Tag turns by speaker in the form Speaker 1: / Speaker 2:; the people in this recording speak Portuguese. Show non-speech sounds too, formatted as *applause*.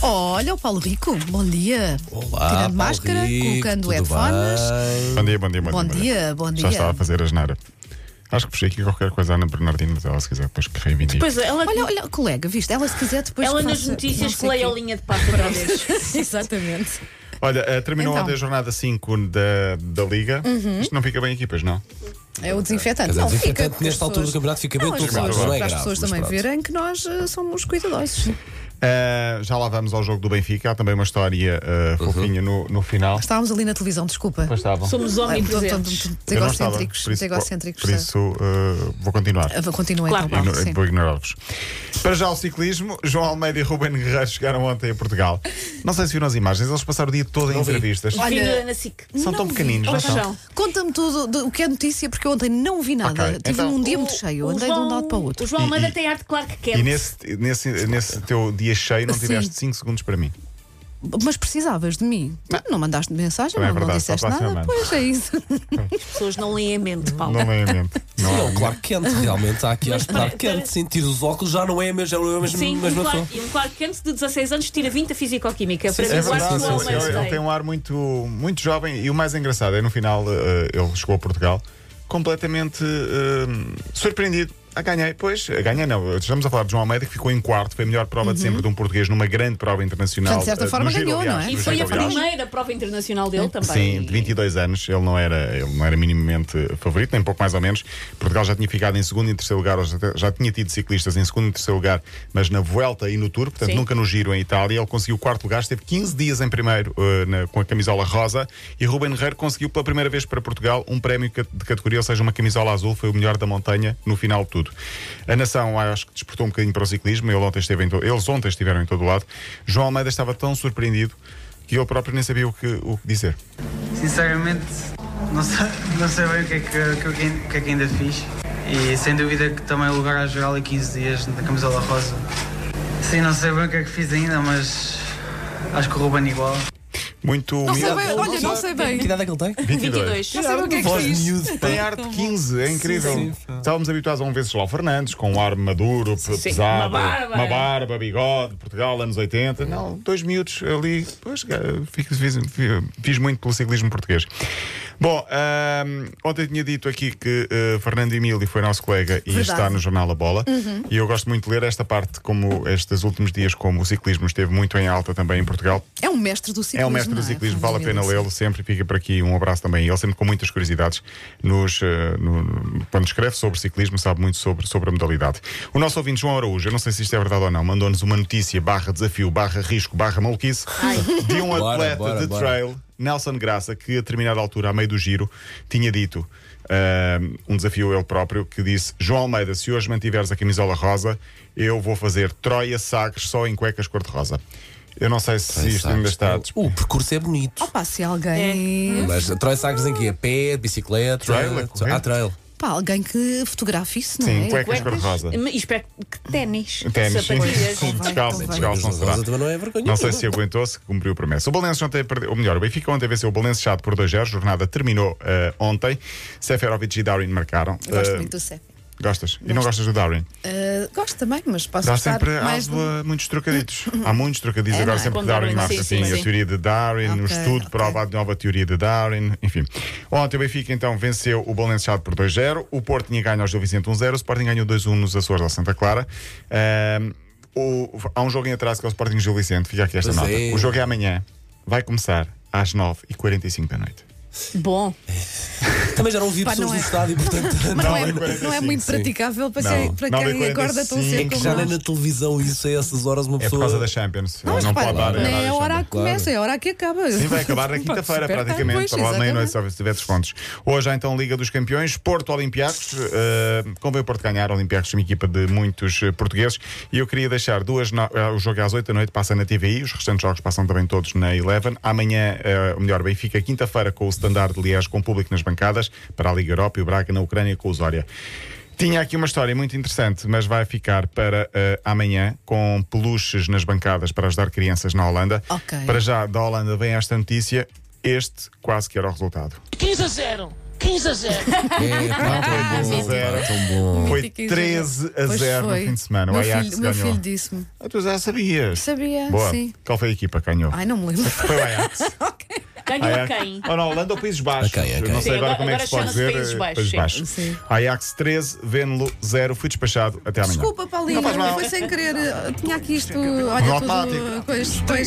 Speaker 1: Olha o Paulo Rico, bom dia.
Speaker 2: Olá,
Speaker 1: Tirando
Speaker 2: Paulo
Speaker 1: máscara,
Speaker 2: ah, Rico,
Speaker 1: colocando
Speaker 2: tudo
Speaker 1: headphones.
Speaker 2: bem?
Speaker 3: Bom dia, bom dia, bom,
Speaker 1: Bom dia, bom
Speaker 3: Já
Speaker 1: dia.
Speaker 3: estava a fazer a geneira. Acho que puxei aqui qualquer coisa à Ana Bernardino, mas ela se quiser depois que reivindique.
Speaker 4: Pois é, ela,
Speaker 1: Olha, olha, colega, viste? Ela se quiser depois.
Speaker 4: ela
Speaker 1: que
Speaker 4: nas
Speaker 1: faça-
Speaker 4: notícias
Speaker 1: não
Speaker 4: que
Speaker 1: sei
Speaker 4: leia é a
Speaker 1: quê.
Speaker 4: linha de papo outra vez.
Speaker 1: *laughs*
Speaker 5: Exatamente.
Speaker 3: Olha, eh, terminou
Speaker 1: Então. Uhum.
Speaker 3: ontem a jornada 5 da, da Liga. Isto não fica bem aqui, pois não?
Speaker 1: É o desinfetante.
Speaker 2: Quer dizer,
Speaker 1: Não, fica
Speaker 2: desinfetante
Speaker 1: com as
Speaker 2: nesta altura do
Speaker 1: pessoas.
Speaker 2: campeonato fica bem
Speaker 1: Não,
Speaker 2: do
Speaker 1: as
Speaker 2: lado,
Speaker 1: pessoas-
Speaker 2: não é
Speaker 1: Para as
Speaker 2: grave,
Speaker 1: pessoas
Speaker 2: mas
Speaker 1: também
Speaker 2: pronto.
Speaker 1: verem que nós eh, somos cuidadosos.
Speaker 3: Eh, já lá vamos ao jogo do Benfica. Há também uma história eh, fofinha no, no final.
Speaker 1: Estávamos ali na televisão, desculpa.
Speaker 3: Pois estavam.
Speaker 4: Somos
Speaker 1: então
Speaker 4: omnipresentes.
Speaker 3: Eu não estava,
Speaker 1: Egocêntricos.
Speaker 3: por isso,
Speaker 1: egocêntricos.
Speaker 3: Por isso eh, vou continuar.
Speaker 1: Ah, Continua
Speaker 4: Claro,
Speaker 1: então.
Speaker 4: Paulo,
Speaker 3: Igno-
Speaker 1: sim.
Speaker 3: Vou ignorá-vos. Para já o ciclismo, João Almeida e Ruben Guerreiro chegaram ontem a Portugal. Não sei se viram as imagens, eles passaram o dia todo em
Speaker 2: vi.
Speaker 3: entrevistas.
Speaker 4: Olha,
Speaker 1: Olha,
Speaker 4: Filho da SIC.
Speaker 3: São tão pequeninos, não
Speaker 4: Olha,
Speaker 3: são?
Speaker 4: são.
Speaker 1: Conta-me tudo de- o que é notícia, porque eu ontem não vi nada.
Speaker 3: Ok,
Speaker 1: Tive
Speaker 3: então,
Speaker 1: um dia
Speaker 4: O-
Speaker 1: muito cheio,
Speaker 4: o
Speaker 1: andei de um
Speaker 4: João-
Speaker 1: lado para o outro.
Speaker 4: O João
Speaker 3: E-
Speaker 4: Almeida
Speaker 3: e-
Speaker 4: tem arte Clark Kent.
Speaker 3: E nesse, nesse, nesse teu dia cheio não
Speaker 1: Sim.
Speaker 3: tiveste 5 segundos para mim.
Speaker 1: Mas precisavas de mim. Não, mandaste mensagem,
Speaker 3: Ah. Também é
Speaker 1: não, não
Speaker 3: verdade,
Speaker 1: disseste
Speaker 3: para a
Speaker 1: nada.
Speaker 3: próxima mando.
Speaker 1: Pois é
Speaker 3: *laughs*
Speaker 1: isso.
Speaker 4: As pessoas não leem a mente, Paulo.
Speaker 3: Não é mesmo. Não
Speaker 2: Não, *laughs*
Speaker 3: há-
Speaker 2: um claro quente,
Speaker 1: *laughs*
Speaker 2: realmente. Há aqui a
Speaker 4: para-
Speaker 2: estar quente. Sentir os óculos já não é a mesma, já não é a mesma,
Speaker 4: Sim, um
Speaker 2: mesma pessoa.
Speaker 4: Clark, e um Clark Kent de 16 anos tira 20 a fisicoquímica. Para
Speaker 2: Sim,
Speaker 4: mim,
Speaker 2: Eu
Speaker 3: É
Speaker 2: acho
Speaker 3: verdade,
Speaker 2: que o
Speaker 3: sim, sim.
Speaker 2: Almeida
Speaker 3: Ele, ele tem um ar muito, muito jovem e o mais engraçado é no final eh, ele chegou a Portugal completamente eh, surpreendido. Ah, ganhei, pois, eh, ganhei não. Estamos a falar de João Almeida que ficou em quarto, foi a melhor prova de sempre de um português numa grande prova internacional.
Speaker 1: Portanto, de certa
Speaker 3: eh,
Speaker 1: forma,
Speaker 3: no Giro,
Speaker 1: ganhou,
Speaker 3: aliás,
Speaker 1: não é?
Speaker 4: E
Speaker 3: no
Speaker 4: foi
Speaker 3: Giro,
Speaker 4: a
Speaker 3: aliás.
Speaker 4: primeira prova internacional dele também.
Speaker 3: Sim, de 22 anos, ele não, era, ele não era minimamente favorito, nem pouco mais ou menos. Portugal já tinha ficado em segundo e terceiro lugar, ou já, te- já tinha tido ciclistas em segundo e terceiro lugar, mas na Vuelta e no Tour, portanto
Speaker 4: Sim.
Speaker 3: nunca no Giro em Itália. Ele conseguiu o quarto lugar, esteve 15 dias em primeiro eh, na- com a camisola rosa e Ruben Guerreiro conseguiu pela primeira vez para Portugal um prémio ca- de categoria, ou seja, uma camisola azul, foi o melhor da montanha no final de tudo. A nação acho que despertou um bocadinho para o ciclismo, ele ontem esteve em to- eles ontem estiveram em todo o lado. João Almeida estava tão surpreendido que ele próprio nem sabia o que- o que dizer.
Speaker 6: Sinceramente, não sei, não sei bem o que, é que, o que, é que- o que é que ainda fiz. E sem dúvida que também o lugar à geral é 15 dias na camisola rosa. Sim, não sei bem o que é que fiz ainda, mas acho que o Ruben igual.
Speaker 3: Muito
Speaker 1: sei
Speaker 3: humilde.
Speaker 1: bem, olha, não sei bem.
Speaker 2: Que idade é que ele tem?
Speaker 4: 22.
Speaker 1: Não sei bem o que é que
Speaker 2: Voz
Speaker 1: fiz.
Speaker 2: miúdo.
Speaker 3: Tem ar de 15, é incrível.
Speaker 2: sim.
Speaker 3: Estávamos habituados a um Venceslau Fernandes, com um ar maduro, pe- pesado,
Speaker 4: uma barba.
Speaker 3: uma barba, bigode, Portugal, anos 80. Não, dois miúdos ali. Pois, eh, fiz, fiz- fiz muito pelo ciclismo português. Bom, ahm, ontem tinha dito aqui que eh, Fernando Emílio foi nosso colega e
Speaker 1: Verdade.
Speaker 3: está no jornal A Bola. E eu gosto muito de ler esta parte, como estes últimos dias, como o ciclismo esteve muito em alta também em Portugal.
Speaker 1: É um mestre do ciclismo.
Speaker 3: É o mestre do
Speaker 1: não
Speaker 3: ciclismo,
Speaker 1: Fernando
Speaker 3: vale a pena
Speaker 1: Miller?
Speaker 3: lê-lo sempre. Fica por aqui um abraço também. Ele sempre com muitas curiosidades nos, eh, no- quando escreve sobre ciclismo, sabe muito sobre, sobre a modalidade. O nosso ouvinte João Araújo, eu não sei se isto é verdade ou não, mandou-nos uma notícia barra desafio, barra risco, barra maluquice de
Speaker 2: *laughs*
Speaker 3: um
Speaker 2: Bora,
Speaker 3: atleta
Speaker 2: bora,
Speaker 3: de
Speaker 2: bora.
Speaker 3: trail, Nelson Graça, que a determinada altura, a meio do giro, tinha dito. eh, um desafio ele próprio que disse: João Almeida, se hoje mantiveres a camisola rosa, eu vou fazer Troia Sagres só em cuecas cor-de-rosa. Eu não sei se isto ainda está disponível.
Speaker 2: O percurso é bonito.
Speaker 1: Opa, se alguém.
Speaker 2: Mas Troy Sagres em que é pé, bicicleta,
Speaker 3: Trail, é correr?
Speaker 2: ah, trail.
Speaker 1: Pá, alguém que fotografe isso, não
Speaker 3: Sim,
Speaker 1: é?
Speaker 3: cuecas cor-de-rosa.
Speaker 4: E espero que ténis.
Speaker 3: Ténis, sim,
Speaker 4: Sapatilhas.
Speaker 3: sim, descalço,
Speaker 1: Então vai.
Speaker 3: descalço não
Speaker 2: Mas
Speaker 3: será.
Speaker 2: rosa também não é vergonha
Speaker 3: Não sei
Speaker 2: nenhuma.
Speaker 3: se aguentou, se cumpriu a promessa. O Balenço ontem perdeu, ou melhor, o Benfica ontem venceu o Balenço chato por 2 0 jornada terminou eh, ontem. Seferovic e Darwin marcaram.
Speaker 1: Eu Gosto
Speaker 3: Eh,
Speaker 1: muito do Sepp.
Speaker 3: Gostas? E não gostas do Darwin?
Speaker 1: Eh, gosto também, mas posso
Speaker 3: Dá
Speaker 1: gostar
Speaker 3: sempre
Speaker 1: mais
Speaker 3: mais
Speaker 1: do-
Speaker 3: muitos
Speaker 1: *laughs*
Speaker 3: trocaditos. Há muitos trocadilhos
Speaker 1: É,
Speaker 3: agora
Speaker 1: não é?
Speaker 3: sempre
Speaker 4: Com
Speaker 3: que Darwin
Speaker 4: Darwin,
Speaker 3: marca.
Speaker 4: sim,
Speaker 3: Sim,
Speaker 4: sim,
Speaker 3: a
Speaker 4: sim.
Speaker 3: teoria de Darwin, um
Speaker 1: Ok,
Speaker 3: estudo
Speaker 1: ok.
Speaker 3: prova a nova teoria de Darwin, enfim. Ontem o Benfica então venceu o Balenciado por 2-0, o Porto tinha ganho ao Gil Vicente 1-0, o Sporting ganhou 2-1 nos Açores ao Santa Clara. Ahm, o- há um jogo em atraso que é o Sporting Gil Vicente, fica aqui esta
Speaker 2: Pois
Speaker 3: nota.
Speaker 2: é.
Speaker 3: O jogo é amanhã, vai começar às 9h45 da noite.
Speaker 4: Bom.
Speaker 2: Também já não vi
Speaker 1: Pá,
Speaker 2: pessoas
Speaker 1: não *laughs* é.
Speaker 2: no estádio, *laughs* portanto.
Speaker 1: Mas não, é,
Speaker 3: Nove e quarenta e
Speaker 1: não é muito
Speaker 2: cinco, sim.
Speaker 1: praticável para,
Speaker 3: Não.
Speaker 1: ser- para
Speaker 3: Nove e
Speaker 1: quem
Speaker 3: quarenta e
Speaker 1: acorda tão
Speaker 3: cinco.
Speaker 1: cedo
Speaker 2: É que
Speaker 1: como
Speaker 2: já nem
Speaker 1: nós.
Speaker 2: na televisão isso a essas horas uma
Speaker 3: É
Speaker 2: pessoa.
Speaker 3: por causa da Champions.
Speaker 1: Não, mas
Speaker 3: não
Speaker 1: repara,
Speaker 3: pode dar.
Speaker 1: não é a hora que
Speaker 2: Claro.
Speaker 1: começa, é a hora que acaba.
Speaker 3: Sim, vai
Speaker 1: *laughs*
Speaker 3: acabar na quinta-feira,
Speaker 1: Super tarde,
Speaker 3: praticamente.
Speaker 1: pois,
Speaker 3: Para lá de meia-noite,
Speaker 1: exatamente.
Speaker 3: só se tiver descontos. Hoje há então Liga dos Campeões, Porto Olympiacos. eh, convém o Porto ganhar. Olympiacos é uma equipa de muitos eh, portugueses. E eu queria deixar duas. no- eh, o jogo é às 8 da noite, passa na TVI. Os restantes jogos passam também todos na Eleven. Amanhã, eh, ou melhor, Benfica, quinta-feira, com o Standard de Liège, com público nas bancadas, para a Liga Europa e o Braga na Ucrânia com o Zória. Tinha aqui uma história muito interessante, mas vai ficar para eh, amanhã, com peluches nas bancadas para ajudar crianças na Holanda.
Speaker 1: Ok.
Speaker 3: Para já da Holanda vem esta notícia. Este quase que era o resultado.
Speaker 7: 15 a 0.
Speaker 5: 15 a 0.
Speaker 2: É,
Speaker 3: *laughs*
Speaker 2: pá, tão bom,
Speaker 3: 15 a zero.
Speaker 2: pá, tão bom.
Speaker 3: Foi
Speaker 1: Fiquei
Speaker 3: 13 a
Speaker 1: Pois
Speaker 3: 0 no
Speaker 1: foi.
Speaker 3: fim de semana. O
Speaker 1: Meu
Speaker 3: Ajax
Speaker 1: filho, meu
Speaker 3: ganhou.
Speaker 1: filho disse-me.
Speaker 3: Ah, tu já sabias.
Speaker 1: Sabia,
Speaker 3: Boa.
Speaker 1: sim.
Speaker 3: Qual foi a equipa que ganhou?
Speaker 1: Ai, não me lembro.
Speaker 3: Foi o
Speaker 1: *laughs*
Speaker 3: Ajax.
Speaker 4: Ganhou
Speaker 3: Ah, é.
Speaker 4: a quem?
Speaker 3: Ou na Holanda ou Países Baixos.
Speaker 2: Ok, ok.
Speaker 3: Eu Não sei
Speaker 4: Sim,
Speaker 3: agora
Speaker 4: agora-
Speaker 3: como é que se pode
Speaker 4: agora
Speaker 3: dizer.
Speaker 4: chama-se Países Baixos, sim.
Speaker 1: Sim.
Speaker 3: Ajax 13, Venlo 0. Fui despachado. Até amanhã.
Speaker 1: Desculpa, Paulinho,
Speaker 3: Não faz mal.
Speaker 1: foi sem querer. Tinha eh, aqui isto, olha,
Speaker 3: Automático.
Speaker 1: tudo com estes três